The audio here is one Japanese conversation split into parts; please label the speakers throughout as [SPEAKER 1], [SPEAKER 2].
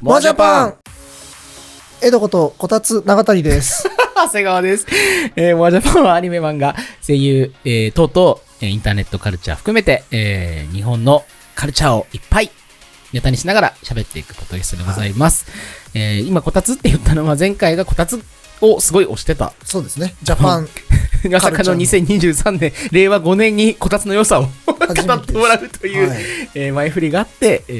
[SPEAKER 1] モアジャパン江戸ことこたつ長 谷です。
[SPEAKER 2] 長谷川です。えー、モアジャパンはアニメ漫画、声優、えー、等々、えーインターネットカルチャー含めて、えー、日本のカルチャーをいっぱいネタにしながら喋っていくポッドキャストでございます。えー、今、こたつって言ったのは前回がこたつをすごい推してた。
[SPEAKER 1] そうですね。ジャパン、
[SPEAKER 2] まさかの
[SPEAKER 1] カルチ
[SPEAKER 2] 2023年、令和5年にこたつの良さを語
[SPEAKER 1] めてです
[SPEAKER 2] ってもらうという、
[SPEAKER 1] はい
[SPEAKER 2] えー前振りがあって、え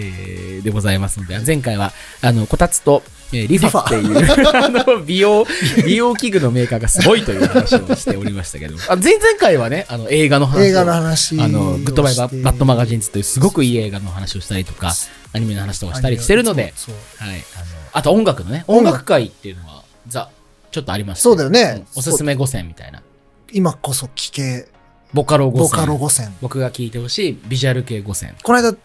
[SPEAKER 2] ーでございますので、前回は、あの、こたつと、えーリファっていう、 あの、美容、美容器具のメーカーがすごいという話をしておりましたけど、 あ前々回はね、あの、映画の話を。
[SPEAKER 1] 映画の話。
[SPEAKER 2] あの、グッドバイババッドマガジンズというすごくいい映画の話をしたりとか、アニメの話とかしたりしてるので、
[SPEAKER 1] そう
[SPEAKER 2] はい。あの、あと音楽のね、
[SPEAKER 1] 音
[SPEAKER 2] 音
[SPEAKER 1] 楽
[SPEAKER 2] 楽会っていうのは、ザ、ちょっとありました。
[SPEAKER 1] そうだよね
[SPEAKER 2] んおすすめ5選みたいな。
[SPEAKER 1] 今こそ聞け、
[SPEAKER 2] ボカロ5選。
[SPEAKER 1] ボカロ5選。
[SPEAKER 2] 僕が聴いてほしいビジュアル系5選。
[SPEAKER 1] この間、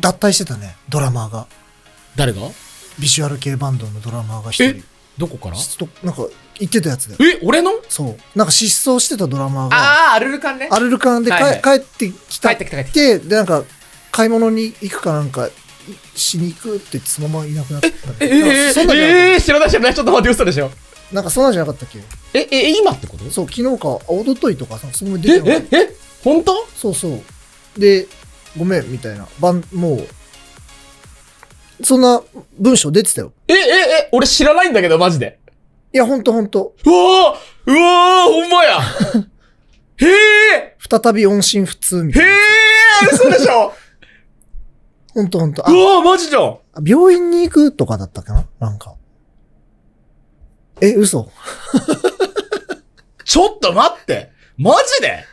[SPEAKER 1] 脱退してたね、ドラマーが。
[SPEAKER 2] 誰が
[SPEAKER 1] ビジュアル系バンドのドラマーが一
[SPEAKER 2] え
[SPEAKER 1] 人。
[SPEAKER 2] どこから
[SPEAKER 1] ちょっとなんか、言ってたやつだよ。
[SPEAKER 2] え俺の
[SPEAKER 1] そう。なんか失踪してたドラマーが、
[SPEAKER 2] ああ、アルルカンね。
[SPEAKER 1] アルルカンでか
[SPEAKER 2] はい
[SPEAKER 1] 帰ってきた
[SPEAKER 2] 帰
[SPEAKER 1] っ
[SPEAKER 2] ってきた帰ってき
[SPEAKER 1] て、で、なんか、買い物に行くかなんか、しに行くって言ってそのままいなくなったんだ
[SPEAKER 2] た。
[SPEAKER 1] けど。なんかそんなんじゃな
[SPEAKER 2] え
[SPEAKER 1] かっ
[SPEAKER 2] ー、知らない知らない。ちょっと待って、嘘でしょ。
[SPEAKER 1] たなんかそんなんじゃなかったっけ
[SPEAKER 2] え、え、今ってこと
[SPEAKER 1] そう、昨日か、あおとといとかさ、その
[SPEAKER 2] え、
[SPEAKER 1] 出てなかった
[SPEAKER 2] え、え、本当
[SPEAKER 1] そうそう。で、ごめん、みたいな。ばん、もう、そんな文章出てたよ。
[SPEAKER 2] え、え、え、俺知らないんだけど、マジで。
[SPEAKER 1] いや、ほんとほんと。
[SPEAKER 2] うわーうわーほんまや へえ
[SPEAKER 1] 再び音信不通み
[SPEAKER 2] へ
[SPEAKER 1] たいな。
[SPEAKER 2] え嘘でし ょ
[SPEAKER 1] ほんとほんと。
[SPEAKER 2] う
[SPEAKER 1] あ、
[SPEAKER 2] わーマジじゃん
[SPEAKER 1] 病院に行くとかだったかななんか。え、嘘
[SPEAKER 2] ちょっと待ってマジで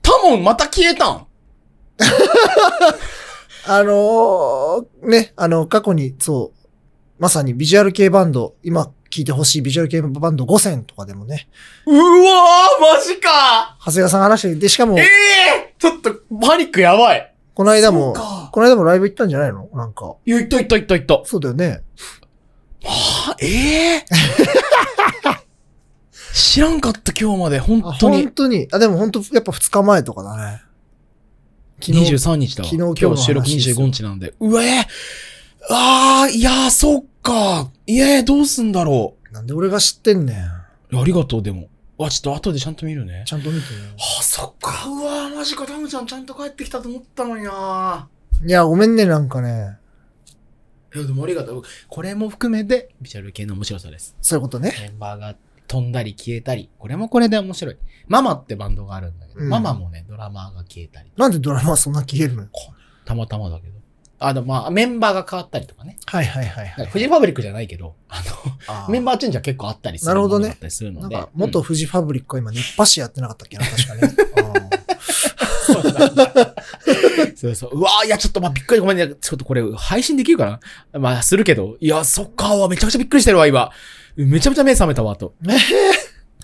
[SPEAKER 2] タモンまた消えたん
[SPEAKER 1] あのー、ね、あの、過去に、そう、まさにビジュアル系バンド、今聴いてほしいビジュアル系バンド5選とかでもね、
[SPEAKER 2] うわーマジか
[SPEAKER 1] 長谷川さんが話してて、で、しかも
[SPEAKER 2] え、えちょっと、パニックやばい。
[SPEAKER 1] この間も、
[SPEAKER 2] そうか
[SPEAKER 1] この間もライブ行ったんじゃないのなんか。
[SPEAKER 2] いや、いったいったいったいった。
[SPEAKER 1] そうだよね。
[SPEAKER 2] あ、ええ 知らんかった、今日まで、本
[SPEAKER 1] あ
[SPEAKER 2] 当
[SPEAKER 1] 本
[SPEAKER 2] に。
[SPEAKER 1] 当に。あ、でも本当、やっぱ2日前とかだね。昨日。
[SPEAKER 2] 23日だわ。
[SPEAKER 1] 昨日
[SPEAKER 2] 今日収録
[SPEAKER 1] 今日の話ですよ
[SPEAKER 2] 25日なんで。うえーああ、いやー、そっか。いやー、どうすんだろ
[SPEAKER 1] なんで俺が知ってんねん。
[SPEAKER 2] う。ありがとう、でも。わ、ちょっと後でちゃんと見るね。
[SPEAKER 1] ちゃんと見てね。
[SPEAKER 2] あー、そっか。うわー、マジか、タムちゃんちゃんと帰ってきたと思ったのにない
[SPEAKER 1] や、ごめんね、なんかね。
[SPEAKER 2] いや、でもありがとう。これも含めて、ビジュアル系の面白さです。
[SPEAKER 1] そういうことね。
[SPEAKER 2] メンバーが飛んだり消えたり、これもこれで面白い。ママってバンドがあるんだけど、
[SPEAKER 1] うん
[SPEAKER 2] ママもね、ドラマーが消えたり、
[SPEAKER 1] なんでドラマはそんな消えるのよ。
[SPEAKER 2] たまたまだけど。あの、まあ、メンバーが変わったりとかね。
[SPEAKER 1] はいはいはい
[SPEAKER 2] だ
[SPEAKER 1] は
[SPEAKER 2] から
[SPEAKER 1] い。
[SPEAKER 2] フジファブリックじゃないけど、あ
[SPEAKER 1] あ
[SPEAKER 2] の、
[SPEAKER 1] ー
[SPEAKER 2] メンバーチェンジは結構あったりする。
[SPEAKER 1] なるほどね
[SPEAKER 2] あったりする
[SPEAKER 1] な
[SPEAKER 2] の
[SPEAKER 1] ん
[SPEAKER 2] で。
[SPEAKER 1] か、元フジファブリックは今、熱波師やってなかったっけな、確かね。
[SPEAKER 2] う
[SPEAKER 1] あー
[SPEAKER 2] んそうそう。うわーいや、ちょっとまあ、びっくりごめんね。ちょっとこれ、配信できるかなまあ、するけど。いや、そっかーめちゃくちゃびっくりしてるわ、今。めちゃめちゃ目覚めたわ、 と。
[SPEAKER 1] ね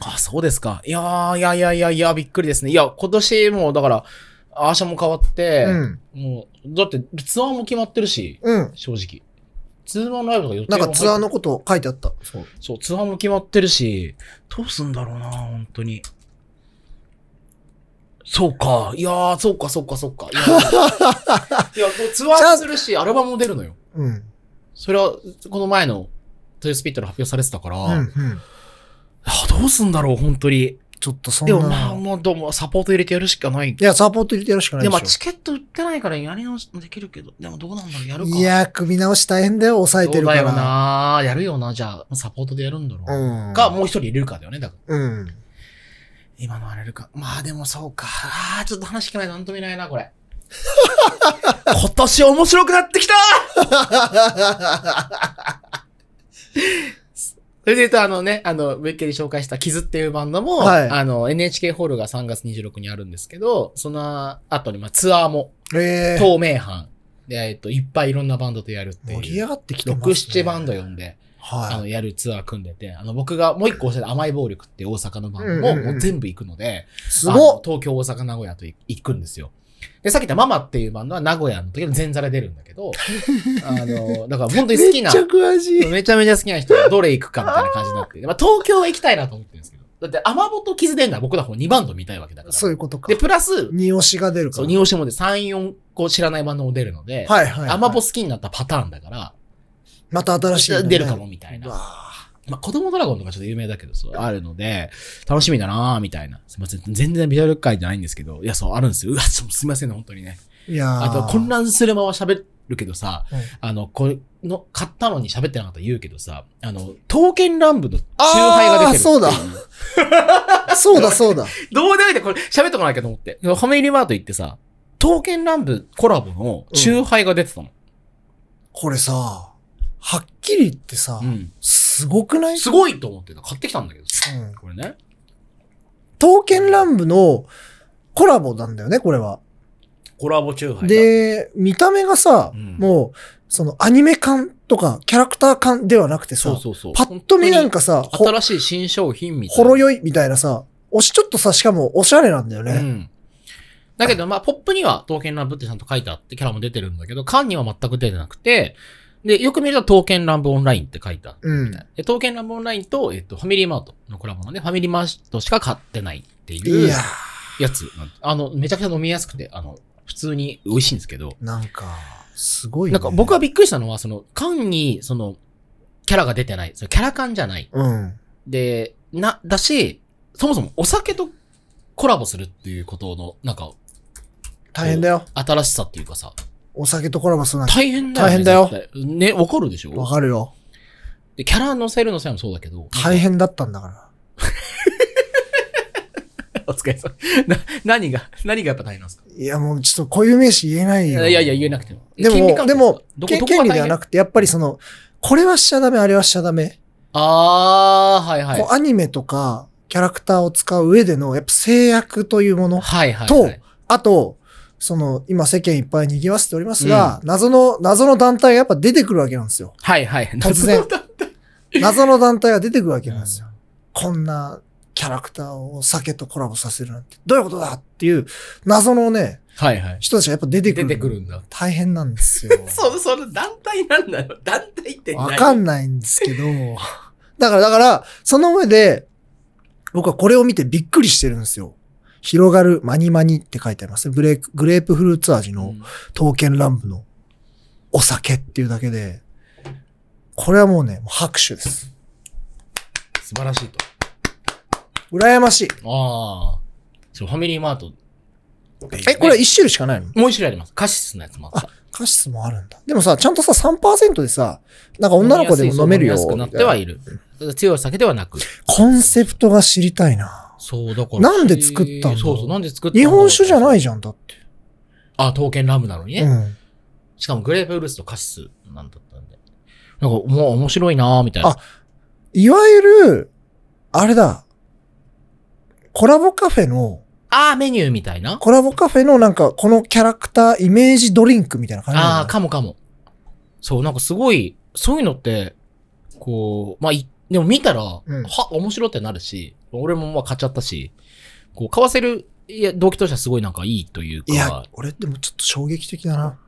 [SPEAKER 2] あ、そうですか。いやー、いやいやいやいや、びっくりですね。いや、今年も、だから、アーシャも変わって、
[SPEAKER 1] うん。
[SPEAKER 2] もう、だって、ツアーも決まってるし、
[SPEAKER 1] うん。
[SPEAKER 2] 正直。ツアーのライブとか予定
[SPEAKER 1] な
[SPEAKER 2] も
[SPEAKER 1] んかツアーのこと書いてあった。そう。
[SPEAKER 2] そう、ツアーも決まってるし、どうすんだろうな、本当に。そうか。いやー、そうか、そうか、そうか。いや ーいやツアーもするし、アルバムも出るのよ。
[SPEAKER 1] うん。
[SPEAKER 2] それは、この前の、トゥースピットの発表されてたから、
[SPEAKER 1] うん、う
[SPEAKER 2] あ
[SPEAKER 1] ん。
[SPEAKER 2] どうすんだろう、本当に。
[SPEAKER 1] ちょっとそん
[SPEAKER 2] で
[SPEAKER 1] な
[SPEAKER 2] も、
[SPEAKER 1] の。
[SPEAKER 2] まあ、もう、どうも、サポート入れてやるしかない。
[SPEAKER 1] いや、サポート入れてやるしかない
[SPEAKER 2] で
[SPEAKER 1] でし
[SPEAKER 2] も、
[SPEAKER 1] ょ。
[SPEAKER 2] まあチケット売ってないからやり直しできるけど、でもどうなんだろう、やるか。
[SPEAKER 1] いや、組み直し大変だよ、抑え
[SPEAKER 2] そ
[SPEAKER 1] て
[SPEAKER 2] う
[SPEAKER 1] るか
[SPEAKER 2] だ
[SPEAKER 1] ら。
[SPEAKER 2] よなやるよな、じゃあ、サポートでやるんだろう。
[SPEAKER 1] うん。
[SPEAKER 2] か、もう一人いるかだよね、だから。
[SPEAKER 1] うん。
[SPEAKER 2] 今のあれるか。まあでもそうか。ああ、ちょっと話聞かないとなんと見ないな、こ れ。今年面白くなってきた それで言うと、あのね、あの、ブッケで紹介した傷っていうバンドも、
[SPEAKER 1] はい
[SPEAKER 2] あの、NHK ホールが3月26日にあるんですけど、その後に、まあ、ツアーも、
[SPEAKER 1] ええ
[SPEAKER 2] 透明版で、えっと、いっぱいいろんなバンドとやるって
[SPEAKER 1] 盛り
[SPEAKER 2] いう。
[SPEAKER 1] 上がってきて
[SPEAKER 2] 6、
[SPEAKER 1] ます、ね。
[SPEAKER 2] 7バンド呼んで、あ
[SPEAKER 1] は
[SPEAKER 2] の、やるツアー組んでて、あの、僕がもう一個教えた甘い暴力っていう大阪のバンドも、
[SPEAKER 1] うんうんうん
[SPEAKER 2] もう全部行くので、
[SPEAKER 1] い。す
[SPEAKER 2] あの
[SPEAKER 1] ごっ
[SPEAKER 2] 東京、大阪、名古屋と行くんですよ。で、さっき言ったママっていうバンドは名古屋の時の前座で出るんだけ ど、あの、だから本当に好きな、
[SPEAKER 1] めっちゃ詳しい。
[SPEAKER 2] めちゃめちゃ好きな人はどれ行くかみたいな感じにな って、まあ、東京は行きたいなと思ってるんですけど、だって、アマボとキズデンが僕らほ2バンド見たいわけだから。
[SPEAKER 1] そういうことか
[SPEAKER 2] で、。プラス、
[SPEAKER 1] 二押しが出るか
[SPEAKER 2] そう、
[SPEAKER 1] ら。
[SPEAKER 2] 二押しもで3、4個知らないバンドも出るので、
[SPEAKER 1] はいはいはい。
[SPEAKER 2] アマボ好きになったパターンだから、
[SPEAKER 1] また新しいのね。
[SPEAKER 2] 出るかもみたいな
[SPEAKER 1] うわ。あ
[SPEAKER 2] まあ、子供ドラゴンとかちょっと有名だけど、そう、あるので、楽しみだなぁ、みたいな。すいません。全然ビジュアル界じゃないんですけど、いや、そう、あるんですよ。うわ、ちょっとすいませんね、本当にね。
[SPEAKER 1] いやー
[SPEAKER 2] あと、混乱するまま喋るけどさ、
[SPEAKER 1] うん
[SPEAKER 2] あの、この、買ったのに喋ってなかったら言うけどさ、あの、刀剣乱舞の中杯が出てるってい。
[SPEAKER 1] あーそうだそうだそうだ。
[SPEAKER 2] どうでもいいで、これ喋っとかなきゃと思って。ファミリーマート行ってさ、刀剣乱舞コラボの中杯が出てたの。
[SPEAKER 1] これさ、はっきり言ってさ、
[SPEAKER 2] うん。
[SPEAKER 1] すごくない
[SPEAKER 2] すごいと思ってた。買ってきたんだけどさ。
[SPEAKER 1] うん
[SPEAKER 2] これね。
[SPEAKER 1] 刀剣乱舞のコラボなんだよね、これは。
[SPEAKER 2] コラボ中杯が。
[SPEAKER 1] で、見た目がさ、
[SPEAKER 2] うん
[SPEAKER 1] もう、そのアニメ感とかキャラクター感ではなくてさ、
[SPEAKER 2] そうそうそう。
[SPEAKER 1] パッと見なんかさ、ほ
[SPEAKER 2] 新しい新商品みたい
[SPEAKER 1] ほ
[SPEAKER 2] な。
[SPEAKER 1] ろ酔いみたいなさ、おしちょっとさ、しかもおしゃれなんだよ
[SPEAKER 2] う
[SPEAKER 1] ね。
[SPEAKER 2] ん。だけど、まあ、ポップには刀剣乱舞ってちゃんと書いてあって、キャラも出てるんだけど、缶には全く出てなくて、で、よく見ると刀剣乱舞オンラインって書いてあって、
[SPEAKER 1] うん。
[SPEAKER 2] で刀剣乱舞オンラインと、えっと、ファミリーマートのコラボなんで、ファミリーマートしか買ってないってい
[SPEAKER 1] いうや
[SPEAKER 2] やつなんですあの、めちゃくちゃ飲みやすくて、あの、普通に美味しいんですけど、
[SPEAKER 1] ー、なんか、すごい、ね。
[SPEAKER 2] なんか僕が、びっくりしたのは、その、缶に、その、キャラが出てない。そのキャラ缶じゃない。
[SPEAKER 1] うん。
[SPEAKER 2] で、な、だし、そもそもお酒とコラボするっていうことの、なんか、
[SPEAKER 1] 大変だよ。
[SPEAKER 2] 新しさっていうかさ、
[SPEAKER 1] お酒とコラボするなんて。
[SPEAKER 2] 大変だよ、ね。
[SPEAKER 1] 大変だよ
[SPEAKER 2] 絶対。ね、わかるでし
[SPEAKER 1] わ
[SPEAKER 2] ょ
[SPEAKER 1] かるよ。
[SPEAKER 2] で、キャラ乗せるのさえもそうだけど。
[SPEAKER 1] 大変だったんだから。
[SPEAKER 2] なんか。お疲れ様。な、何が、何がやっぱ大変なんですか
[SPEAKER 1] いや、もうちょっと固有名詞言えない
[SPEAKER 2] い
[SPEAKER 1] よ。
[SPEAKER 2] やいや、言えなくても。
[SPEAKER 1] で
[SPEAKER 2] 権利関
[SPEAKER 1] も、
[SPEAKER 2] 係
[SPEAKER 1] でも
[SPEAKER 2] すか、どこ
[SPEAKER 1] け
[SPEAKER 2] どこが
[SPEAKER 1] 権利で
[SPEAKER 2] 大
[SPEAKER 1] は
[SPEAKER 2] 変
[SPEAKER 1] なくて、やっぱりその、これはしちゃダメ、あれはしちゃダメ。
[SPEAKER 2] あー、はいはい。
[SPEAKER 1] こうアニメとか、キャラクターを使う上での、やっぱ制約というもの。
[SPEAKER 2] はいはい、は
[SPEAKER 1] と
[SPEAKER 2] い。、
[SPEAKER 1] あと、その、今世間いっぱい賑わせておりますが、謎の、謎の団体がやっぱ出てくるわけなんですよ。
[SPEAKER 2] はいはい。
[SPEAKER 1] 突然謎の団体が出てくるわけなんですよ。
[SPEAKER 2] うん
[SPEAKER 1] こんなキャラクターを酒とコラボさせるなんて、どういうことだっていう、謎のね、
[SPEAKER 2] はいはい。
[SPEAKER 1] 人たちがやっぱ出てく
[SPEAKER 2] 出
[SPEAKER 1] る。
[SPEAKER 2] てくるんだ。
[SPEAKER 1] 大変なんですよ。
[SPEAKER 2] そう、その団体なんだよ。団体って
[SPEAKER 1] わかんないんですけど。だから、だから、その上で、僕はこれを見てびっくりしてるんですよ。広がるマニマニって書いてありますね。ブレークグレープフルーツ味の
[SPEAKER 2] うん
[SPEAKER 1] 刀剣乱舞のお酒っていうだけで、これはもうね、もう拍手です。
[SPEAKER 2] 素晴らしいと。
[SPEAKER 1] 羨ましい。
[SPEAKER 2] ああ。そう、ファミリーマート。
[SPEAKER 1] え、これは1種類しかないの
[SPEAKER 2] もう一種類あります。カシスのやつもあった。
[SPEAKER 1] カシスもあるんだ。でもさ、ちゃんとさ、3%でさ、なんか女の子でも飲めるよ。
[SPEAKER 2] 飲みやすくなってはいる。強い酒ではなく。
[SPEAKER 1] コンセプトが知りたいな。
[SPEAKER 2] そう、だから。
[SPEAKER 1] なんで作ったんだろう
[SPEAKER 2] そうそう、なんで作ったん
[SPEAKER 1] 日
[SPEAKER 2] だろう
[SPEAKER 1] 本酒じゃないじゃん、だって。
[SPEAKER 2] あ、刀剣ラムなのにね。
[SPEAKER 1] うん。
[SPEAKER 2] しかもグレープフルーツとカシスなんだったんで。なんか、もう面白いなーみたいな。
[SPEAKER 1] あいわゆる、あれだ。コラボカフェの、
[SPEAKER 2] あー、メニューみたいな。
[SPEAKER 1] コラボカフェのなんか、このキャラクターイメージドリンクみたいな感じ
[SPEAKER 2] あ
[SPEAKER 1] な
[SPEAKER 2] あ、
[SPEAKER 1] んだ
[SPEAKER 2] かもかも。そう、なんかすごい、そういうのって、こう、まあ、いでも見たら、
[SPEAKER 1] うん
[SPEAKER 2] は、面白ってなるし、俺もまあ買っちゃったし、こう、買わせる、いや、動機としてはすごいなんかいいというか、
[SPEAKER 1] いや、俺でもちょっと衝撃的だな。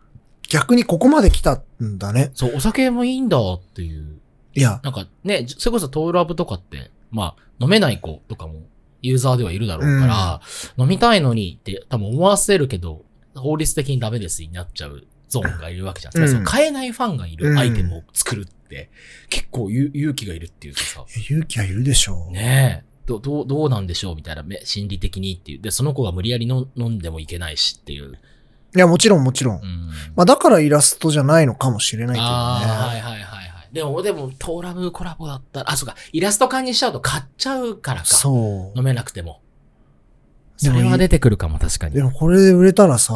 [SPEAKER 1] 逆にここまで来たんだね。
[SPEAKER 2] そう、お酒もいいんだっていう。
[SPEAKER 1] いや、
[SPEAKER 2] なんかね、それこそトールアブとかって、まあ、飲めない子とかもユーザーではいるだろうから、飲みたいのにって多分思わせるけど、法律的にダメですになっちゃうゾーンがいるわけじゃん。
[SPEAKER 1] うん
[SPEAKER 2] その買えないファンがいる
[SPEAKER 1] うん
[SPEAKER 2] アイテムを作るって、結構ゆ勇気がいるっていうかさ、
[SPEAKER 1] 勇気はいるでしょう。
[SPEAKER 2] ねえ。どどうどうなんでしょうみたいな、め心理的にっていう。で、その子が無理やりの飲んでもいけないしっていう。
[SPEAKER 1] いや、もちろんもちろん。
[SPEAKER 2] うん。
[SPEAKER 1] まあ、だからイラストじゃないのかもしれないけどね。
[SPEAKER 2] ああ、はいはいはいはい。でも、でも、トーラブコラボだったら、あ、そうか、イラスト感にしちゃうと買っちゃうからか。
[SPEAKER 1] そう。
[SPEAKER 2] 飲めなくても。
[SPEAKER 1] で
[SPEAKER 2] そ
[SPEAKER 1] も
[SPEAKER 2] れは出てくるかも、確かに
[SPEAKER 1] で。もこれで売れたらさ、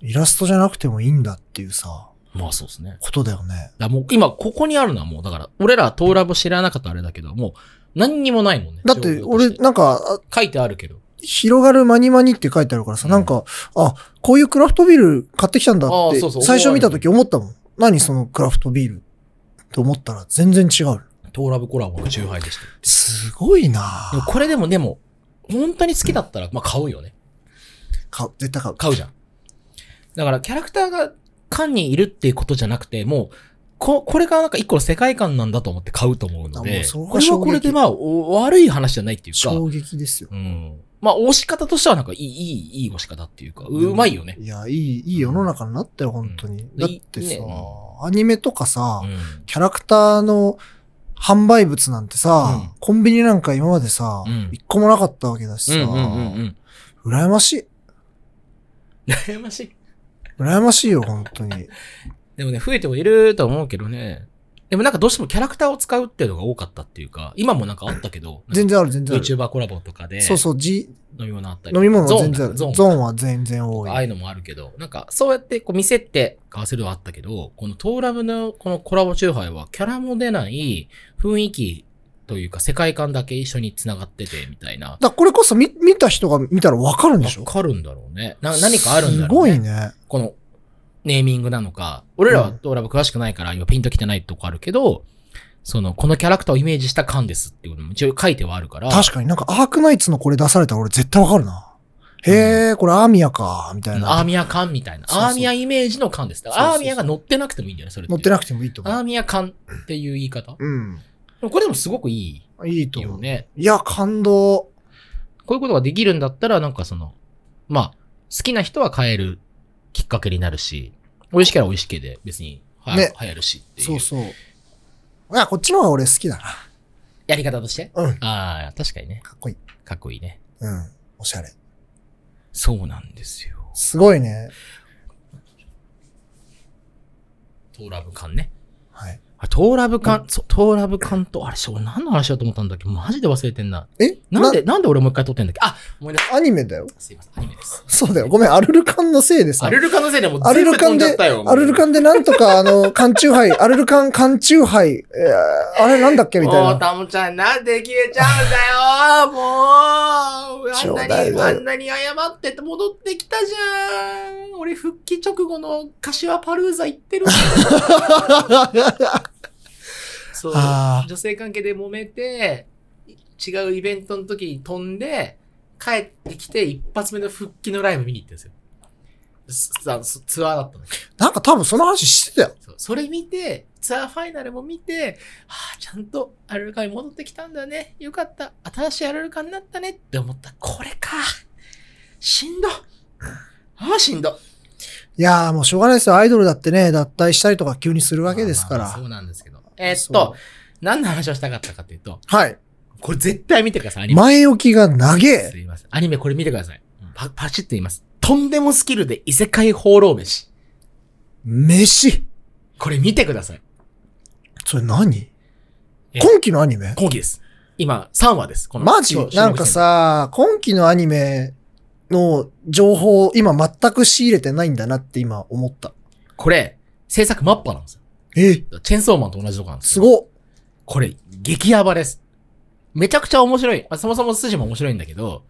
[SPEAKER 1] イラストじゃなくてもいいんだっていうさ、
[SPEAKER 2] まあそうですね。だか
[SPEAKER 1] ことだよね。
[SPEAKER 2] らもう今、ここにあるのはもう、だから、俺ら、トーラボ知らなかったあれだけど、もう、何にもないもんね。
[SPEAKER 1] だって
[SPEAKER 2] 情報とし
[SPEAKER 1] 俺なんか、あ
[SPEAKER 2] 書いてあるけど。
[SPEAKER 1] 広がるマニマニって書いてあるからさ、
[SPEAKER 2] うん
[SPEAKER 1] なんか、あ、こういうクラフトビール買ってきたんだ
[SPEAKER 2] あ
[SPEAKER 1] っ
[SPEAKER 2] ー
[SPEAKER 1] て
[SPEAKER 2] そうそう、
[SPEAKER 1] 最初見た時思ったもん。何そのクラフトビールと思ったら全然違う。
[SPEAKER 2] トーラボコラボの中杯でした。
[SPEAKER 1] すごいな
[SPEAKER 2] でもこれでも、でも、本当に好きだったら、まあ買うよね。
[SPEAKER 1] 買う絶対買う。
[SPEAKER 2] 買うじゃん。だから、キャラクターが缶にいるっていうことじゃなくて、もう、こ、これがなんか一個の世界観なんだと思って買うと思うの
[SPEAKER 1] あも
[SPEAKER 2] で
[SPEAKER 1] う、そこが
[SPEAKER 2] これはこれ
[SPEAKER 1] 衝撃
[SPEAKER 2] でまあ、お悪い話じゃないっていうか、
[SPEAKER 1] 衝撃ですよ。
[SPEAKER 2] うん。まあ、押し方としてはなんかいい、いい、いい押し方っていうか、うまいよね。
[SPEAKER 1] いや、いい、いい世の中になったよ、本当に。
[SPEAKER 2] うん
[SPEAKER 1] だって
[SPEAKER 2] いい
[SPEAKER 1] さ
[SPEAKER 2] ね、
[SPEAKER 1] アニメとかさ
[SPEAKER 2] う、ん。
[SPEAKER 1] キャラクターの販売物なんてさ、
[SPEAKER 2] うん
[SPEAKER 1] コンビニなんか今までさ
[SPEAKER 2] うん、
[SPEAKER 1] 一、個もなかったわけだし
[SPEAKER 2] う
[SPEAKER 1] さ、
[SPEAKER 2] んうんうんうん。
[SPEAKER 1] 羨ましい。
[SPEAKER 2] 羨ましい。
[SPEAKER 1] 羨ましいよ、本当に。
[SPEAKER 2] でもね、増えてはいるとは思うけどね。でもなんかどうしてもキャラクターを使うっていうのが多かったっていうか、今もなんかあったけど、
[SPEAKER 1] 全然ある、全然ある。
[SPEAKER 2] VTuber コラボとかで、
[SPEAKER 1] そうそう、じ
[SPEAKER 2] 飲み物あったりと
[SPEAKER 1] 飲
[SPEAKER 2] か。
[SPEAKER 1] み物は全
[SPEAKER 2] ゾ
[SPEAKER 1] 然
[SPEAKER 2] ー
[SPEAKER 1] あ
[SPEAKER 2] ンだ
[SPEAKER 1] る。
[SPEAKER 2] ゾ
[SPEAKER 1] ゾ
[SPEAKER 2] ーン
[SPEAKER 1] ーンは全然
[SPEAKER 2] と
[SPEAKER 1] 多
[SPEAKER 2] か
[SPEAKER 1] い。
[SPEAKER 2] ああいうのもあるけど、なんかそうやってこう店って買わせるはあったけど、このトーラムのこのコラボチューハイはキャラも出ない雰囲気というか世界観だけ一緒に繋がっててみたいな。
[SPEAKER 1] だからこれこそ見見た人が見たらわかるんでしょ
[SPEAKER 2] わかるんだろうね。な何かあるんだ
[SPEAKER 1] す
[SPEAKER 2] ろう
[SPEAKER 1] ご
[SPEAKER 2] ね。
[SPEAKER 1] いね。
[SPEAKER 2] このネーミングなのか、俺らは
[SPEAKER 1] うん
[SPEAKER 2] ドラブ詳しくないから今ピンときてないとこあるけど、その、このキャラクターをイメージした感ですっていうのも一応書いてはあるから。
[SPEAKER 1] 確かになんかアークナイツのこれ出されたら俺絶対わかるな。へえ、これアーミアか、みたい
[SPEAKER 2] うんアー
[SPEAKER 1] な。
[SPEAKER 2] ミア感みたいな。
[SPEAKER 1] そうそう
[SPEAKER 2] アーミアイメージの感です。だから
[SPEAKER 1] そうそ
[SPEAKER 2] ア
[SPEAKER 1] うそ
[SPEAKER 2] ー
[SPEAKER 1] う
[SPEAKER 2] ミアが乗ってなくてもいいんじゃないそれ
[SPEAKER 1] 乗ってなく
[SPEAKER 2] て。
[SPEAKER 1] てもいいと思
[SPEAKER 2] アー
[SPEAKER 1] う。
[SPEAKER 2] ミア感っていう言い方。で
[SPEAKER 1] うん。
[SPEAKER 2] もこれでもすごくい
[SPEAKER 1] いいと
[SPEAKER 2] い
[SPEAKER 1] 思
[SPEAKER 2] よ
[SPEAKER 1] う。
[SPEAKER 2] ね。
[SPEAKER 1] いや、感動。
[SPEAKER 2] こういうことができるんだったら、なんかその、まあ、好きな人は買えるきっかけになるし、美味しければ美味しけで別には
[SPEAKER 1] ね
[SPEAKER 2] 流行るしっていう。
[SPEAKER 1] そうそう。いや、こっちの方が俺好きだな。
[SPEAKER 2] やり方として。
[SPEAKER 1] うん。
[SPEAKER 2] ああ、確かにね。
[SPEAKER 1] かっこいい。
[SPEAKER 2] かっこいいね。
[SPEAKER 1] うん。おしゃれ。
[SPEAKER 2] そうなんですよ。
[SPEAKER 1] すごいね。
[SPEAKER 2] トーラブ缶ね。
[SPEAKER 1] はい。
[SPEAKER 2] あトーラブ缶、そうトーラブ缶と、あれ、俺何の話だと思ったんだっけマジで忘れてんな。
[SPEAKER 1] え
[SPEAKER 2] なんで、なんで俺もう一回撮ってんだっけあ、思い出し
[SPEAKER 1] アニメだよ。
[SPEAKER 2] た。すいません、アニメです。
[SPEAKER 1] そうだよ。ごめん、アルルカンのせいでさ
[SPEAKER 2] ア。ルルカのせいでもう
[SPEAKER 1] アル
[SPEAKER 2] 全
[SPEAKER 1] ル
[SPEAKER 2] 部
[SPEAKER 1] カ
[SPEAKER 2] 飛
[SPEAKER 1] ン
[SPEAKER 2] んじゃ
[SPEAKER 1] で
[SPEAKER 2] ったよ。、
[SPEAKER 1] アルルカ
[SPEAKER 2] ン
[SPEAKER 1] ンでなんとか、あの、缶チューハイ、アルルカン缶チューハイ、えーあれなんだっけみたい
[SPEAKER 2] もう、
[SPEAKER 1] な。
[SPEAKER 2] タモちゃん、なんで消えちゃ うんだよもう、あんな
[SPEAKER 1] ちょうだい
[SPEAKER 2] に、
[SPEAKER 1] だ
[SPEAKER 2] あ
[SPEAKER 1] よ
[SPEAKER 2] んなに謝ってて戻ってきたじゃん。俺、復帰直後の柏パルーザ行って るんだよそう。
[SPEAKER 1] あ
[SPEAKER 2] 女性関係で揉めて、違うイベントの時に飛んで、帰ってきて一発目の復帰のライブ見に行ってるんですよすあの。すツアーだったんだけど。
[SPEAKER 1] あ、なんか多分その話してたよ。
[SPEAKER 2] そうそれ見て、ツアーファイナルも見て、はあ、ちゃんとアルルカに戻ってきたんだね。よかった。新しいアルルカになったねって思った。これか。しんど。ああ、しんど。
[SPEAKER 1] いやーもうしょうがないですよ。アイドルだってね、脱退したりとか急にするわけですか
[SPEAKER 2] まあまあ
[SPEAKER 1] ら
[SPEAKER 2] そ。うなんですけど。えーっ
[SPEAKER 1] そ
[SPEAKER 2] と、何の話をしたかったかというと、
[SPEAKER 1] はい。
[SPEAKER 2] これ絶対見てください、アニメ。
[SPEAKER 1] 前置きが長え
[SPEAKER 2] す。いません。アニメこれ見てください。パパチッと言います。とんでもスキルで異世界放浪飯。
[SPEAKER 1] 飯。
[SPEAKER 2] これ見てください。
[SPEAKER 1] それ何
[SPEAKER 2] え
[SPEAKER 1] 今期のアニメ
[SPEAKER 2] 今期です。今、3話です。この
[SPEAKER 1] マジ
[SPEAKER 2] 今日
[SPEAKER 1] なんか、さ、今期のアニメの情報を今全く仕入れてないんだなって今思った。
[SPEAKER 2] これ、制作マッパなんですよ。
[SPEAKER 1] え
[SPEAKER 2] チェーンソーマンと同じとこなんです
[SPEAKER 1] す
[SPEAKER 2] よ。
[SPEAKER 1] ごっ
[SPEAKER 2] これ、激ヤバです。めちゃくちゃ面白い。まあ、そもそも筋も面白いんだけど、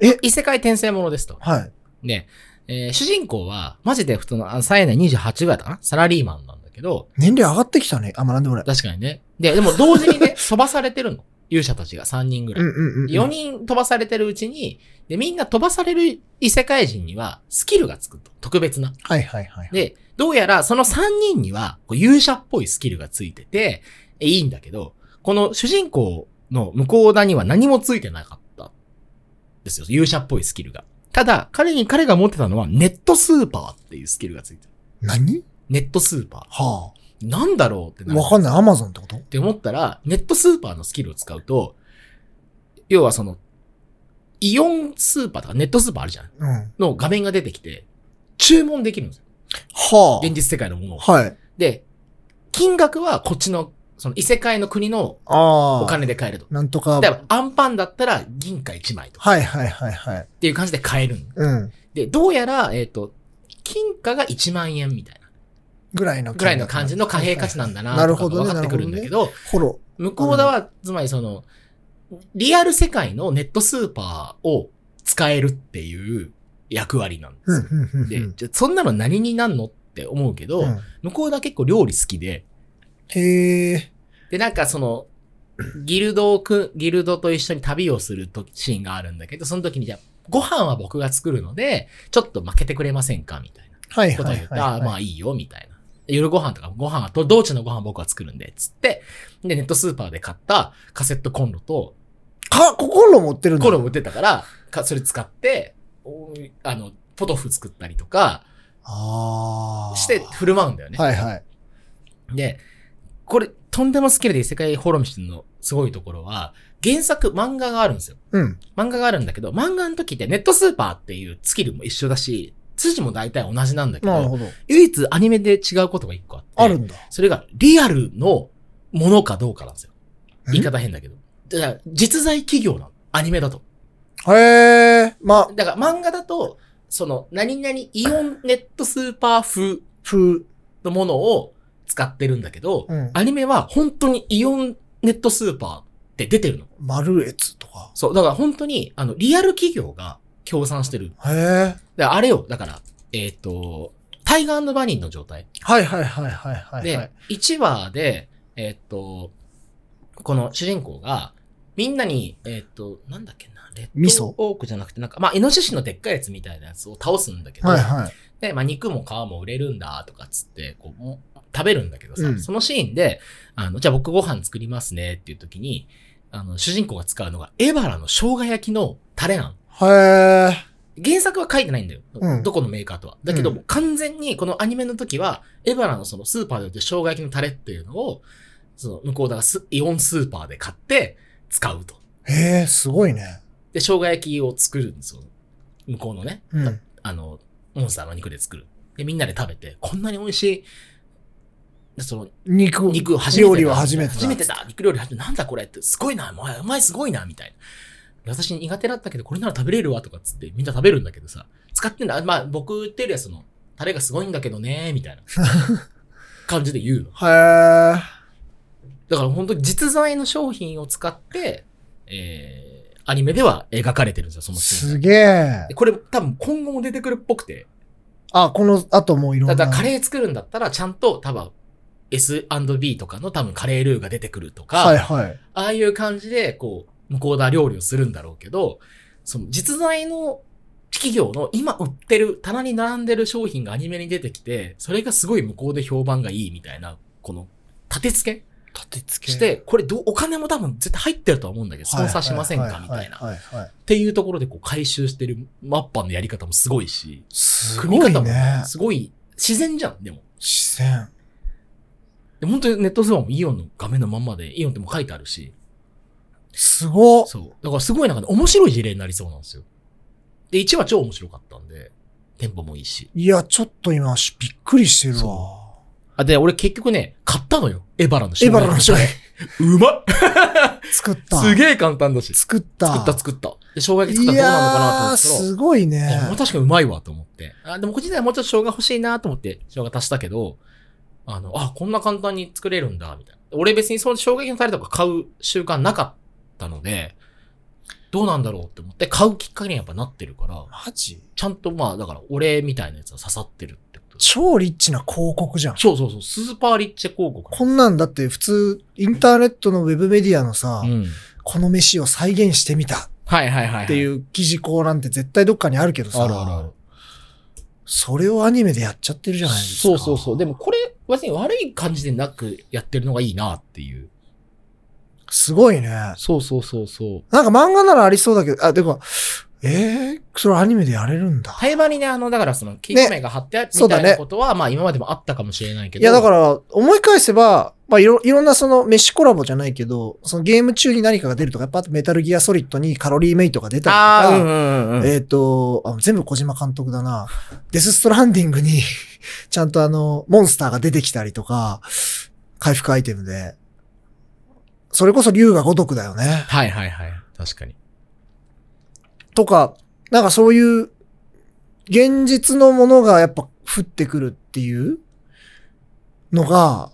[SPEAKER 1] え
[SPEAKER 2] 異世界転生ものですと。
[SPEAKER 1] はい。
[SPEAKER 2] ね、えー主人公は、マジで普通の、あの、サイナ28ぐらいだったかなサラリーマンなんだけど、
[SPEAKER 1] 年齢上がってきたね。あ、まあ、なんでもない。
[SPEAKER 2] 確かにね。で、でも同時 にね、飛ばされてるの。勇者たちが3人ぐら
[SPEAKER 1] う
[SPEAKER 2] い
[SPEAKER 1] ん。うんうん。
[SPEAKER 2] 4人飛ばされてるうちに、で、みんな飛ばされる異世界人にはスキルがつくと。特別な。
[SPEAKER 1] はいはいはい。
[SPEAKER 2] で、どうやらその3人にはこう勇者っぽいスキルがついてて、えいいんだけど、この主人公の向こうだには何もついてなかった。ですよ。勇者っぽいスキルが。ただ、彼に彼が持ってたのはネットスーパーっていうスキルがついてる。
[SPEAKER 1] 何
[SPEAKER 2] ネットスーパ
[SPEAKER 1] は
[SPEAKER 2] ー。なんだろうって
[SPEAKER 1] あ。
[SPEAKER 2] なる
[SPEAKER 1] わかんない。アマゾンってこと
[SPEAKER 2] って思ったら、ネットスーパーのスキルを使うと、要はその、イオンスーパーとかネットスーパーあるじゃん。
[SPEAKER 1] うん。は
[SPEAKER 2] の画面が出てきて、注文できるんですよ。
[SPEAKER 1] あ。
[SPEAKER 2] 現実世界のものを。
[SPEAKER 1] はい。
[SPEAKER 2] で、金額はこっちの、その異世界の国の
[SPEAKER 1] ああ。
[SPEAKER 2] お金で買えると。
[SPEAKER 1] なんとか。
[SPEAKER 2] 例えば、アンパンだったら銀貨1枚とか
[SPEAKER 1] はいはいはいはい。
[SPEAKER 2] っていう感じで買えるん
[SPEAKER 1] うん。
[SPEAKER 2] で、どうやら、えっ、と、金貨が1万円みたいな、
[SPEAKER 1] ぐらいの。
[SPEAKER 2] ぐらいの感じの貨幣価値なんだな、
[SPEAKER 1] なる
[SPEAKER 2] とか
[SPEAKER 1] ほ
[SPEAKER 2] が
[SPEAKER 1] ど
[SPEAKER 2] 分
[SPEAKER 1] ね
[SPEAKER 2] かってくるんだけど、
[SPEAKER 1] ほろ。
[SPEAKER 2] 向こうだは、つまりその、リアル世界のネットスーパーを使えるっていう役割なんで
[SPEAKER 1] うん
[SPEAKER 2] す
[SPEAKER 1] う
[SPEAKER 2] よ。
[SPEAKER 1] んうんう
[SPEAKER 2] で
[SPEAKER 1] ん、
[SPEAKER 2] じゃあそんなの何になんのって思うけど、
[SPEAKER 1] うん。
[SPEAKER 2] 向こうだ結構料理好きで、
[SPEAKER 1] へえ。
[SPEAKER 2] で、なんかその、ギルドをく、ギルドと一緒に旅をするとシーンがあるんだけど、その時にじゃあ、ご飯は僕が作るので、ちょっと負けてくれませんかみたいな
[SPEAKER 1] はい
[SPEAKER 2] ことを
[SPEAKER 1] はい
[SPEAKER 2] 言って、
[SPEAKER 1] はい。
[SPEAKER 2] ああ、まあいいよ、みたいな。夜ご飯とか、ご飯は、と道中のご飯僕は作るんで、つって、で、ネットスーパーで買ったカセットコンロと、
[SPEAKER 1] か、コンロ持ってるんだ。
[SPEAKER 2] コンロも売ってたから、かそれ使って、おあの、ポトフ作ったりとか
[SPEAKER 1] ああ。
[SPEAKER 2] して振る舞うんだよね。
[SPEAKER 1] はいはい。
[SPEAKER 2] で、これ、とんでもスキルで異世界滅びしてるのすごいところは、原作、漫画があるんですよ。
[SPEAKER 1] うん。
[SPEAKER 2] 漫画があるんだけど、漫画の時ってネットスーパーっていうスキルも一緒だし、筋も大体同じなんだけ
[SPEAKER 1] なる
[SPEAKER 2] ど、
[SPEAKER 1] ほど。
[SPEAKER 2] 唯一アニメで違うことが一個あって、
[SPEAKER 1] あるんだ。
[SPEAKER 2] それがリアルのものかどうかなんですよ。
[SPEAKER 1] ん
[SPEAKER 2] 言い方変だけど。だから実在企業なの。アニメだと。
[SPEAKER 1] へえ、まあ、
[SPEAKER 2] だから漫画だと、その、何々イオンネットスーパー風
[SPEAKER 1] ふ、
[SPEAKER 2] のものを使ってるんだけど、
[SPEAKER 1] うん
[SPEAKER 2] アニメは本当にイオンネットスーパーって出てるの。
[SPEAKER 1] 丸越とか。
[SPEAKER 2] そう。だから本当に、あの、リアル企業が協賛してる。
[SPEAKER 1] へえ。
[SPEAKER 2] だからあれよ、だから、えっ、と、タイガーバニーの状態。
[SPEAKER 1] はいはいはいはいはいはい
[SPEAKER 2] で。、1話で、えーっと、この主人公が、みんなに、えーっと、なんだっけな、レッ
[SPEAKER 1] 味
[SPEAKER 2] ド
[SPEAKER 1] 噌
[SPEAKER 2] オークじゃなくて、なんか、まあ、イノシシのでっかいやつみたいなやつを倒すんだけど、
[SPEAKER 1] はいはい。
[SPEAKER 2] で、まあ、肉も皮も売れるんだ、とかっつって、こう、も食べるんだけどさ、
[SPEAKER 1] うん
[SPEAKER 2] そのシーンで、あの、じゃあ僕ご飯作りますね、っていう時に、あの、主人公が使うのが、エバラの生姜焼きのタレなの。
[SPEAKER 1] へえ。
[SPEAKER 2] 原作は書いてないんだよ。
[SPEAKER 1] うん
[SPEAKER 2] どこのメーカーとは。だけど、
[SPEAKER 1] うん
[SPEAKER 2] もう完全にこのアニメの時は、エバラのそのスーパーで売ってる生姜焼きのタレっていうのを、その向こうだからスイオンスーパーで買って使うと。
[SPEAKER 1] へえ、すごいね。
[SPEAKER 2] で、生姜焼きを作るんですよ。向こうのね、
[SPEAKER 1] うん。
[SPEAKER 2] あの、モンスターの肉で作る。で、みんなで食べて、こんなに美味しい、でその
[SPEAKER 1] 肉、
[SPEAKER 2] 肉初めてだ
[SPEAKER 1] 料理は初めてだ。
[SPEAKER 2] 初めてだ。肉料理初めて。なんだこれって。すごいな。お前、お前すごいな。みたいな。私苦手だったけど、これなら食べれるわ。とかっつって、みんな食べるんだけどさ。使ってんだ。まあ、僕言ってるやつの、タレがすごいんだけどね。みたい な感じで言うの。
[SPEAKER 1] へえ。
[SPEAKER 2] だから本当に実在の商品を使って、えー、アニメでは描かれてるんですよ、そのシーンが。
[SPEAKER 1] すげえ
[SPEAKER 2] で。これ多分今後も出てくるっぽくて。
[SPEAKER 1] あ、この後もいろん
[SPEAKER 2] だ
[SPEAKER 1] な。
[SPEAKER 2] からカレー作るんだったら、ちゃんと多分 S&B とかの多分カレールーが出てくるとか、
[SPEAKER 1] はいはい。
[SPEAKER 2] ああいう感じで、こう、向こうだ料理をするんだろうけど、その実在の企業の今売ってる、棚に並んでる商品がアニメに出てきて、それがすごい向こうで評判がいいみたいな、この、立て付
[SPEAKER 1] 立て付
[SPEAKER 2] けして、これどう、お金も多分絶対入ってるとは思うんだけど、スポンサーしませんかみたいな。っ
[SPEAKER 1] はいはいはい。
[SPEAKER 2] ていうところでこう回収してるマッパーのやり方もすごいし、
[SPEAKER 1] す
[SPEAKER 2] 組み
[SPEAKER 1] ごい
[SPEAKER 2] 方も
[SPEAKER 1] ね。
[SPEAKER 2] すごい自然じゃん、でも。
[SPEAKER 1] 視線。
[SPEAKER 2] で本当にネットスーパーもイオンの画面のまんまで、イオンっても書いてあるし、
[SPEAKER 1] すごっ。
[SPEAKER 2] そう。だからすごいなんかね、面白い事例になりそうなんですよ。で、1話超面白かったんで、テンポもいいし。
[SPEAKER 1] いや、ちょっと今、しびっくりしてるわ。
[SPEAKER 2] あ、で、俺結局ね、買ったのよ。エバラの
[SPEAKER 1] エバラの
[SPEAKER 2] 生姜
[SPEAKER 1] 醤
[SPEAKER 2] 焼き。 うまっ
[SPEAKER 1] 作った。
[SPEAKER 2] すげえ簡単だし。作
[SPEAKER 1] 作った。
[SPEAKER 2] った作った。で、生姜焼き
[SPEAKER 1] い
[SPEAKER 2] 作ったらどうなのかなと
[SPEAKER 1] や
[SPEAKER 2] 思ったら
[SPEAKER 1] ー、すごいね。
[SPEAKER 2] あ、確かにうまいわと思って。あ、でもこっち自体もうちょっと生姜欲しいなと思って、生姜足したけど、あの、あ、こんな簡単に作れるんだ、みたいな。俺別にその生姜焼きのタレとか買う習慣なかったので、どうなんだろうって思って、買うきっかけにやっぱなってるから、
[SPEAKER 1] マジ
[SPEAKER 2] ちゃんとまあ、だから、俺みたいなやつは刺さってるってことです
[SPEAKER 1] 超リッチな広告じゃん。
[SPEAKER 2] そうそうそう、スーパーリッチェ広告。
[SPEAKER 1] こんなんだって普通、インターネットのウェブメディアのさ、
[SPEAKER 2] うん。
[SPEAKER 1] この飯を再現してみた
[SPEAKER 2] はいはいはい。。
[SPEAKER 1] っていうう記事項なんて絶対どっかにあるけどさ、
[SPEAKER 2] あるあるある。
[SPEAKER 1] それをアニメでやっちゃってるじゃないですか。
[SPEAKER 2] そうそうそう。でもこれ、別に悪い感じでなくやってるのがいいなっていう。
[SPEAKER 1] すごいね。なん
[SPEAKER 2] そうそうそうそう。
[SPEAKER 1] か漫画ならありそうだけど、あ、でも、えー、それアニメでやれるんだ。
[SPEAKER 2] 対話にね、あの、だからその、企業名が貼ってあるみ
[SPEAKER 1] そう
[SPEAKER 2] た
[SPEAKER 1] だ
[SPEAKER 2] い
[SPEAKER 1] ね
[SPEAKER 2] なことは、まあ今までもあったかもしれないけど。
[SPEAKER 1] いや、だから、思い返せば、まあ、いろ、いろんなその、飯コラボじゃないけど、そのゲーム中に何かが出るとか、やっぱメタルギアソリッドにカロリーメイトが出た
[SPEAKER 2] ああ、う
[SPEAKER 1] り
[SPEAKER 2] ん
[SPEAKER 1] とか、
[SPEAKER 2] うんうん。
[SPEAKER 1] えっ、とあ、全部小島監督だな。デスストランディングに、 ちゃんとあの、モンスターが出てきたりとか、回復アイテムで。それこそ竜が如くだよね。
[SPEAKER 2] はいはいはい。確かに。
[SPEAKER 1] とか、なんかそういう、現実のものがやっぱ降ってくるっていうのが、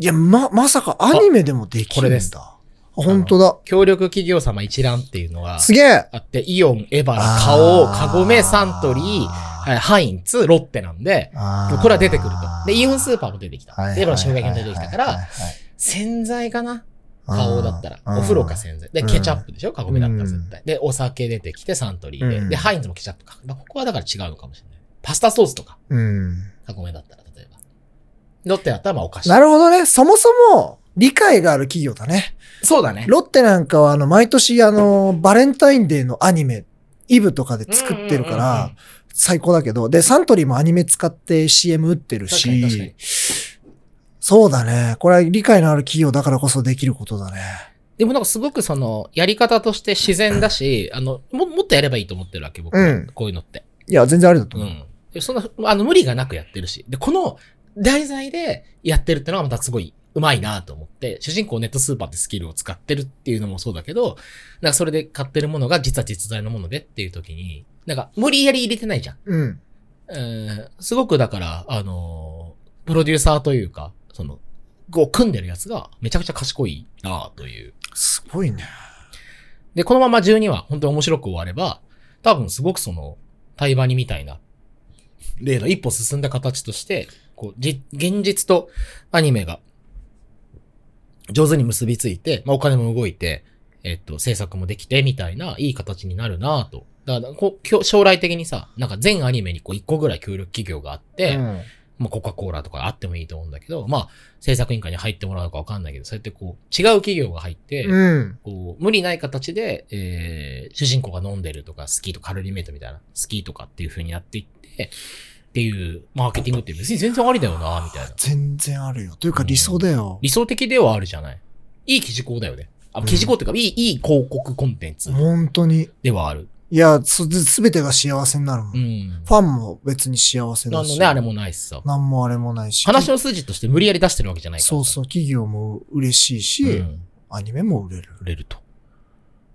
[SPEAKER 1] いや、ま、まさかアニメでもでき
[SPEAKER 2] これ
[SPEAKER 1] るん
[SPEAKER 2] で
[SPEAKER 1] だ。
[SPEAKER 2] す
[SPEAKER 1] あ本当だ。
[SPEAKER 2] 協力企業様一覧っていうのが
[SPEAKER 1] すげえ
[SPEAKER 2] あって、イオン、エバラ、カオ、カゴメ、サントリー、
[SPEAKER 1] ー、
[SPEAKER 2] はいハインツ、ロッテなんで、
[SPEAKER 1] あー
[SPEAKER 2] これは出てくると。で、イオンスーパーも出てきた。
[SPEAKER 1] はいはいはいはい
[SPEAKER 2] で、エヴァの衝撃も出てきたか
[SPEAKER 1] はいは
[SPEAKER 2] ら、
[SPEAKER 1] いはい
[SPEAKER 2] 洗剤かな顔だったら。お風呂か洗剤。で、
[SPEAKER 1] うん
[SPEAKER 2] ケチャップでしょカゴメだったら絶対。で、お酒出てきてサントリーで。
[SPEAKER 1] うん
[SPEAKER 2] で、ハインズもケチャップか。まあここはだから違うのかもしれない。パスタソースとか、
[SPEAKER 1] うん。
[SPEAKER 2] カゴメだったら、例えば。ロッテの頭おかしい
[SPEAKER 1] な。るほどね。そもそも、理解がある企業だね。
[SPEAKER 2] そうだね。
[SPEAKER 1] ロッテなんかは、あの、毎年、あの、バレンタインデーのアニメ、イブとかで作っ
[SPEAKER 2] うんうん
[SPEAKER 1] てるか
[SPEAKER 2] うんう
[SPEAKER 1] ら
[SPEAKER 2] ん、
[SPEAKER 1] 最高だけど、で、サントリーもアニメ使って CM 打ってる
[SPEAKER 2] 確かに確か
[SPEAKER 1] し
[SPEAKER 2] に、
[SPEAKER 1] そうだね。これは理解のある企業だからこそできることだね。
[SPEAKER 2] でもなんかすごくその、やり方として自然だし、あの、も、もっとやればいいと思ってるわけ、僕は。
[SPEAKER 1] うん
[SPEAKER 2] こういうのって。
[SPEAKER 1] いや、全然ありだと
[SPEAKER 2] う
[SPEAKER 1] 思う。
[SPEAKER 2] ん。でそんな、あの、無理がなくやってるし。で、この題材でやってるってのはまたすごい上手いなと思って、主人公ネットスーパーってスキルを使ってるっていうのもそうだけど、なんかそれで買ってるものが実は実在のものでっていう時に、なんか無理やり入れてないじゃん。
[SPEAKER 1] うん。
[SPEAKER 2] うんすごくだから、あのープロデューサーというか、その、こう組んでるやつがめちゃくちゃ賢いなという。
[SPEAKER 1] すごいね。
[SPEAKER 2] で、このまま12話、本当に面白く終われば、多分すごくその、対話にみたいな、例の一歩進んだ形として、こう、じ、現実とアニメが、上手に結びついて、まあ、お金も動いて、えっと、制作もできて、みたいな、いい形になるなぁと。だから、こうきょ、将来的にさ、なんか全アニメにこう、一個ぐらい協力企業があって、
[SPEAKER 1] うん
[SPEAKER 2] まあ、コカ・コーラとかあってもいいと思うんだけど、まあ、制作委員会に入ってもらうのかわかんないけど、そうやってこう、違う企業が入って、
[SPEAKER 1] うん。
[SPEAKER 2] こう、無理ない形で、えー、主人公が飲んでるとか、スキーとカルリメイトみたいな、スキーとかっていう風にやっていって、っていう、マーケティングって別に全然ありだよな、みたいな。
[SPEAKER 1] 全然あるよ。というか理想だよ。
[SPEAKER 2] 理想的ではあるじゃない。いい記事項だよね。あ、
[SPEAKER 1] うん
[SPEAKER 2] 記事項っていうか、いい、いい広告コンテンツ
[SPEAKER 1] 本当に。
[SPEAKER 2] ではある。
[SPEAKER 1] いや、す、すべてが幸せになるも
[SPEAKER 2] う
[SPEAKER 1] ん。フ
[SPEAKER 2] ん。
[SPEAKER 1] ァンも別に幸せ
[SPEAKER 2] な
[SPEAKER 1] だ
[SPEAKER 2] ん
[SPEAKER 1] し。
[SPEAKER 2] のね、あれもないしさ。
[SPEAKER 1] なんもあれもないし。
[SPEAKER 2] 話の筋として無理やり出してるわけじゃないから。
[SPEAKER 1] そうそう、企業も嬉しいし、
[SPEAKER 2] うん。
[SPEAKER 1] アニメも売れる。
[SPEAKER 2] 売れると。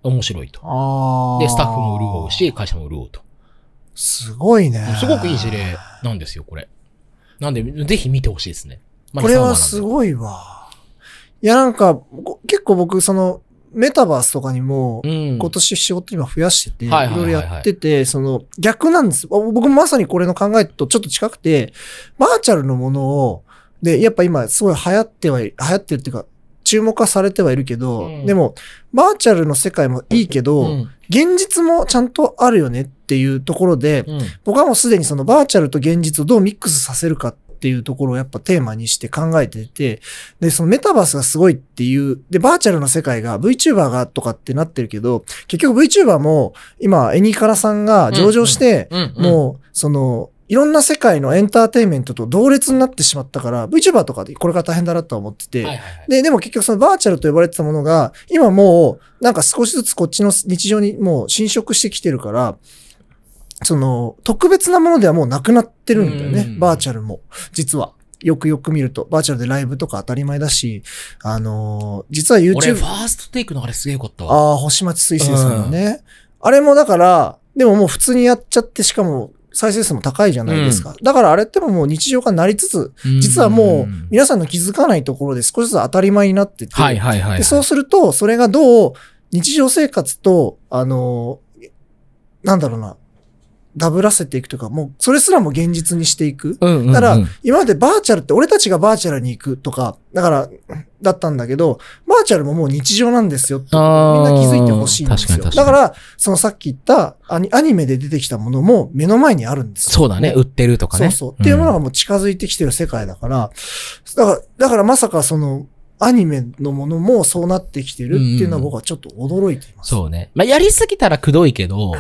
[SPEAKER 2] 面白いと。
[SPEAKER 1] あー
[SPEAKER 2] で、スタッフも潤うし、。会社も潤うと。
[SPEAKER 1] すごいね。
[SPEAKER 2] すごくいい事例なんですよ、これ。なんで、ぜひ見てほしいですね。
[SPEAKER 1] これはす
[SPEAKER 2] い。
[SPEAKER 1] ごいわ。いや、なんか、こ結構僕、その、メタバースとかにも
[SPEAKER 2] う、ん。
[SPEAKER 1] 今年仕事今増やしてて、い
[SPEAKER 2] はいはいはい
[SPEAKER 1] ろ
[SPEAKER 2] はい
[SPEAKER 1] いろやってて、その、逆なんです。あ僕もまさにこれの考えとちょっと近くて、バーチャルのものを、で、やっぱ今すごい流行ってはい、流行ってるっていうか、注目はされてはいるけど、
[SPEAKER 2] うん
[SPEAKER 1] でも、バーチャルの世界もいいけど、
[SPEAKER 2] うん。
[SPEAKER 1] 現実もちゃんとあるよねっていうところで、
[SPEAKER 2] うん。
[SPEAKER 1] 僕はもうすでにそのバーチャルと現実をどうミックスさせるかっていうところをやっぱテーマにして考えてて、で、そのメタバースがすごいっていう、で、バーチャルの世界が VTuber がとかってなってるけど、結局 VTuber も今、エニカラさんが上場して、
[SPEAKER 2] うん。
[SPEAKER 1] もう、その、いろんな世界のエンターテインメントと同列になってしまったから、VTuber とかでこれから大変だなとは思ってて、
[SPEAKER 2] うん、はいはいはい。
[SPEAKER 1] で、でも結局そのバーチャルと呼ばれてたものが、今もう、なんか少しずつこっちの日常にもう侵食してきてるから、その、特別なものではもうなくなってるんだよ
[SPEAKER 2] う
[SPEAKER 1] ね。
[SPEAKER 2] ん
[SPEAKER 1] バーチャルも。実は。よくよく見ると、バーチャルでライブとか当たり前だし、あのー実は
[SPEAKER 2] 俺、
[SPEAKER 1] YouTube
[SPEAKER 2] フ、ァーストテイクのあれすげえよかったわ。
[SPEAKER 1] ああ、星町水星さんのね。あれもだから、でももう普通にやっちゃって、しかも再生数も高いじゃないですか。だからあれってももう日常化になりつつ、実はもう皆さんの気づかないところで少しずつ当たり前になってて、
[SPEAKER 2] はいはいはい。
[SPEAKER 1] で、そうすると、それがどう、日常生活と、あのー、なんだろうな、ダブらせていくというか、もう、それすらも現実にしていく。
[SPEAKER 2] うんうんうん。
[SPEAKER 1] だから、今までバーチャルって、俺たちがバーチャルに行くとか、だから、だったんだけど、バーチャルももう日常なんですよ。みん
[SPEAKER 2] あ
[SPEAKER 1] な
[SPEAKER 2] ー
[SPEAKER 1] 気づいてほしいんです
[SPEAKER 2] 確
[SPEAKER 1] よ。
[SPEAKER 2] かに確
[SPEAKER 1] だ
[SPEAKER 2] か
[SPEAKER 1] か
[SPEAKER 2] に
[SPEAKER 1] ら、そのさっき言ったアニ、アニメで出てきたものも目の前にあるんですよ。
[SPEAKER 2] そうだね、売ってるとかね。
[SPEAKER 1] そうそう。っていうものが
[SPEAKER 2] ん
[SPEAKER 1] もう近づいてきてる世界だから、だから、だからまさかその、アニメのものもそうなってきてるっていうのは僕はちょっと驚いています。
[SPEAKER 2] そうね。まあ、やりすぎたらくどいけど、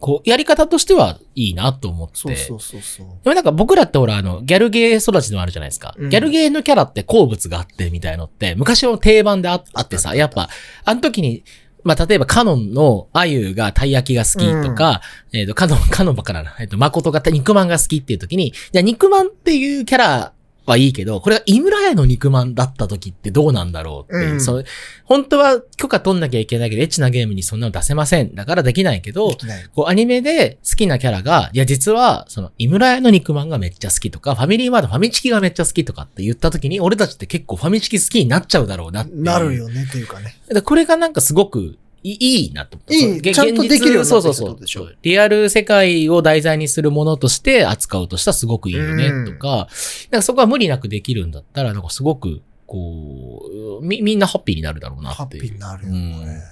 [SPEAKER 2] こう、やり方としてはいいなと思って。
[SPEAKER 1] そうそうそうそう。
[SPEAKER 2] でもなんか僕らってほら、あの、ギャルゲー育ちでもあるじゃないですか。
[SPEAKER 1] うん
[SPEAKER 2] ギャルゲーのキャラって好物があってみたいのって、昔の定番でああってさ、やっぱ、あの時に、まあ、例えばカノンのあゆがたい焼きが好きとか、えっ、と、カノン、カノンばっかだな、えっ、と、誠が肉まんが好きっていう時に、じゃあ肉まんっていうキャラはいいけど、これが井村屋の肉まんだった時ってどうなんだろうっていう、
[SPEAKER 1] うん
[SPEAKER 2] そう、本当は許可取んなきゃいけないけど、エッチなゲームにそんなの出せません。だからできないけど
[SPEAKER 1] で、きない
[SPEAKER 2] こう、アニメで好きなキャラが、いや、実は、その、井村屋の肉まんがめっちゃ好きとか、ファミリーマートファミチキがめっちゃ好きとかって言った時に、俺たちって結構ファミチキ好きになっちゃうだろうなっていう。
[SPEAKER 1] なる。よねっていうかね。
[SPEAKER 2] だからこれがなんかすごくいい、いいなと思った
[SPEAKER 1] いい
[SPEAKER 2] そうげ
[SPEAKER 1] ちゃん
[SPEAKER 2] 現
[SPEAKER 1] と
[SPEAKER 2] 実
[SPEAKER 1] できるように
[SPEAKER 2] そ
[SPEAKER 1] な
[SPEAKER 2] う
[SPEAKER 1] ってき
[SPEAKER 2] そ
[SPEAKER 1] た
[SPEAKER 2] うそ
[SPEAKER 1] ってこと
[SPEAKER 2] う
[SPEAKER 1] でしょ
[SPEAKER 2] そう。リアル世界を題材にするものとして扱うとしたらすごくいいよね、
[SPEAKER 1] うん
[SPEAKER 2] とか、なんかそこは無理なくできるんだったら、なんかすごく、こう、み、みんなハッピーになるだろうな
[SPEAKER 1] ハッ
[SPEAKER 2] っていう。
[SPEAKER 1] ピーになるよ
[SPEAKER 2] うん
[SPEAKER 1] ね。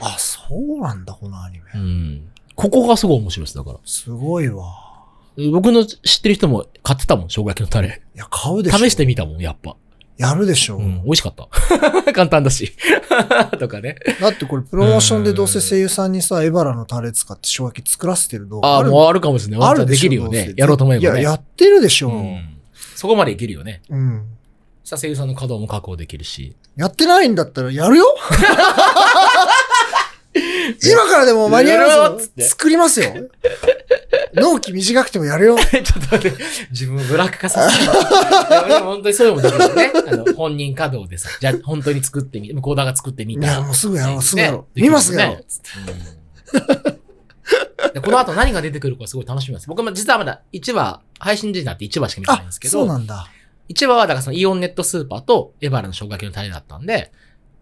[SPEAKER 1] あ、そうなんだ、このアニメ。
[SPEAKER 2] うん。ここがすごい面白いです、だから。
[SPEAKER 1] すごいわ。
[SPEAKER 2] 僕の知ってる人も買ってたもん、生姜焼きのタレ。
[SPEAKER 1] いや、買うでしょ。
[SPEAKER 2] 試してみたもん、やっぱ。
[SPEAKER 1] やるでしょ。
[SPEAKER 2] うん、美味しかった。 簡単だし。とかね。
[SPEAKER 1] だってこれ、プロモーションでどうせ声優さんにさ、エバラのタレ使って生姜焼き作らせてる動画
[SPEAKER 2] ああ、
[SPEAKER 1] る
[SPEAKER 2] もうあるかもしれない。
[SPEAKER 1] あ
[SPEAKER 2] あ
[SPEAKER 1] る
[SPEAKER 2] る
[SPEAKER 1] で
[SPEAKER 2] で
[SPEAKER 1] し
[SPEAKER 2] き
[SPEAKER 1] ょ
[SPEAKER 2] るよ
[SPEAKER 1] どうせ
[SPEAKER 2] ね。やろうと思え
[SPEAKER 1] いや、
[SPEAKER 2] ばね。
[SPEAKER 1] やってるでしょ。
[SPEAKER 2] う
[SPEAKER 1] うん。
[SPEAKER 2] ん。そこまでいけるよね。さあ、声優さんの稼働も確保できるし。
[SPEAKER 1] やってないんだったらやるよ今からでも間に合い
[SPEAKER 2] やるよ
[SPEAKER 1] ま
[SPEAKER 2] っつっ
[SPEAKER 1] す
[SPEAKER 2] て
[SPEAKER 1] よ。作りますよ。納期短くてもや るよ。
[SPEAKER 2] ちょっと待って、自分をブラック化させ て。でも本当にそういうのもできるよね。あの、本人稼働でさ、じゃあ本当に作ってみ、向こう側が作ってみ
[SPEAKER 1] い
[SPEAKER 2] た
[SPEAKER 1] や、
[SPEAKER 2] ら。
[SPEAKER 1] もうすぐやろう、すぐやろう。
[SPEAKER 2] ね
[SPEAKER 1] 見ますが。
[SPEAKER 2] できるよねでこの後何が出てくるかすごい楽しみなんです。僕も実はまだ1話、配信時になって1話しか見てないん
[SPEAKER 1] あ
[SPEAKER 2] です、け
[SPEAKER 1] そう
[SPEAKER 2] ど、
[SPEAKER 1] なんだ。
[SPEAKER 2] 1話はだからそのイオンネットスーパーとエバラの生姜焼きのタレだったんで、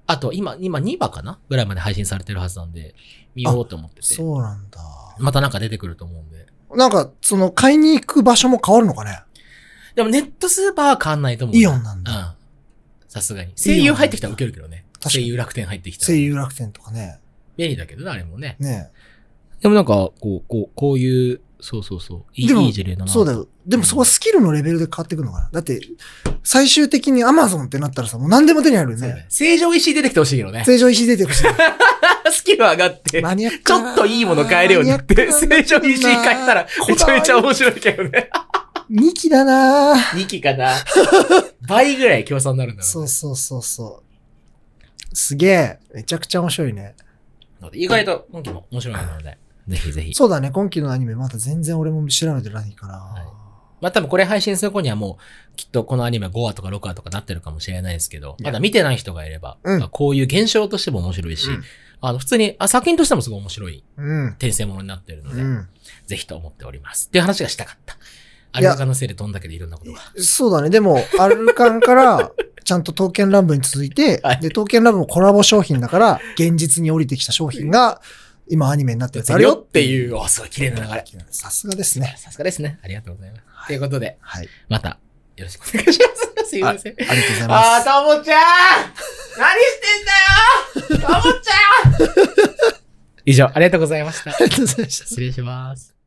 [SPEAKER 2] あと今、今2話かなぐらいまで配信されてるはずなんで、見ようと思ってて。
[SPEAKER 1] そうなんだ。
[SPEAKER 2] またなんか出てくると思うんで。
[SPEAKER 1] なんか、その、買いに行く場所も変わるのかね
[SPEAKER 2] でもネットスーパーは変わんないと思う。
[SPEAKER 1] イオンなん
[SPEAKER 2] う
[SPEAKER 1] だ。
[SPEAKER 2] ん。さすがに。声優入ってきたらウケるけどね。
[SPEAKER 1] 確か
[SPEAKER 2] 声
[SPEAKER 1] に
[SPEAKER 2] 優楽天入ってきた
[SPEAKER 1] 声
[SPEAKER 2] ら。
[SPEAKER 1] 優楽天とかね。
[SPEAKER 2] 便利だけどね、あれもね。
[SPEAKER 1] ね
[SPEAKER 2] でもなんか、こう、こう、こういう、そうそうそう。いい
[SPEAKER 1] でも
[SPEAKER 2] いい事例だな。
[SPEAKER 1] そうだよ。でもそこはスキルのレベルで変わってくのかな。だって、最終的に Amazon ってなったらさ、もう何でも手に入るよ
[SPEAKER 2] そうだね
[SPEAKER 1] ね。
[SPEAKER 2] 正常石井出てきてほしいけどね。
[SPEAKER 1] 正常石井出てほ しい。
[SPEAKER 2] スキル上がって。
[SPEAKER 1] マニアック
[SPEAKER 2] ち
[SPEAKER 1] だ
[SPEAKER 2] ょ
[SPEAKER 1] な
[SPEAKER 2] っといいもの変えるようにって、正常石井変えたら、めちゃめちゃ面白いけどね。
[SPEAKER 1] 2期だなぁ
[SPEAKER 2] 2期かな。倍ぐらい共産になるんだろ
[SPEAKER 1] そうう
[SPEAKER 2] ね
[SPEAKER 1] そうそうそう。すげえ。めちゃくちゃ面白いね。
[SPEAKER 2] なので。意外と、今期も面白いので、ぜひぜひ。
[SPEAKER 1] そうだね。今期のアニメまだ全然俺も調べてないから。
[SPEAKER 2] はいまあ多分これ配信する子にはもう、きっとこのアニメは5話とか6話とかなってるかもしれないですけど、
[SPEAKER 1] いや
[SPEAKER 2] まだ見てない人がいれば、
[SPEAKER 1] うん
[SPEAKER 2] まあこういう現象としても面白いし、
[SPEAKER 1] うん
[SPEAKER 2] あの、普通にあ作品としてもすごい面白い
[SPEAKER 1] うん。
[SPEAKER 2] 転生ものになってるので、
[SPEAKER 1] うん。
[SPEAKER 2] ぜひと思っております。っていう話がしたかった。アルカのせいでどんだけでいろんなことが。
[SPEAKER 1] そうだね。でも、アルカンから、ちゃんと刀剣乱舞に続いて、
[SPEAKER 2] はい
[SPEAKER 1] で、刀剣乱舞もコラボ商品だから、現実に降りてきた商品が、今アニメになってるやつあるよっていう。
[SPEAKER 2] う、おすごい綺麗な流れ。
[SPEAKER 1] さすがですね。
[SPEAKER 2] さすがですね。ありがとうございます。
[SPEAKER 1] はい
[SPEAKER 2] ということで、
[SPEAKER 1] はい。
[SPEAKER 2] またよろしくお願いします。すいません。
[SPEAKER 1] ありがとうございま
[SPEAKER 2] あ
[SPEAKER 1] す。
[SPEAKER 2] ー、ともちゃん何してんだよともちゃん 以上、ありがとうございました。
[SPEAKER 1] ありがとうございました。
[SPEAKER 2] 失礼します。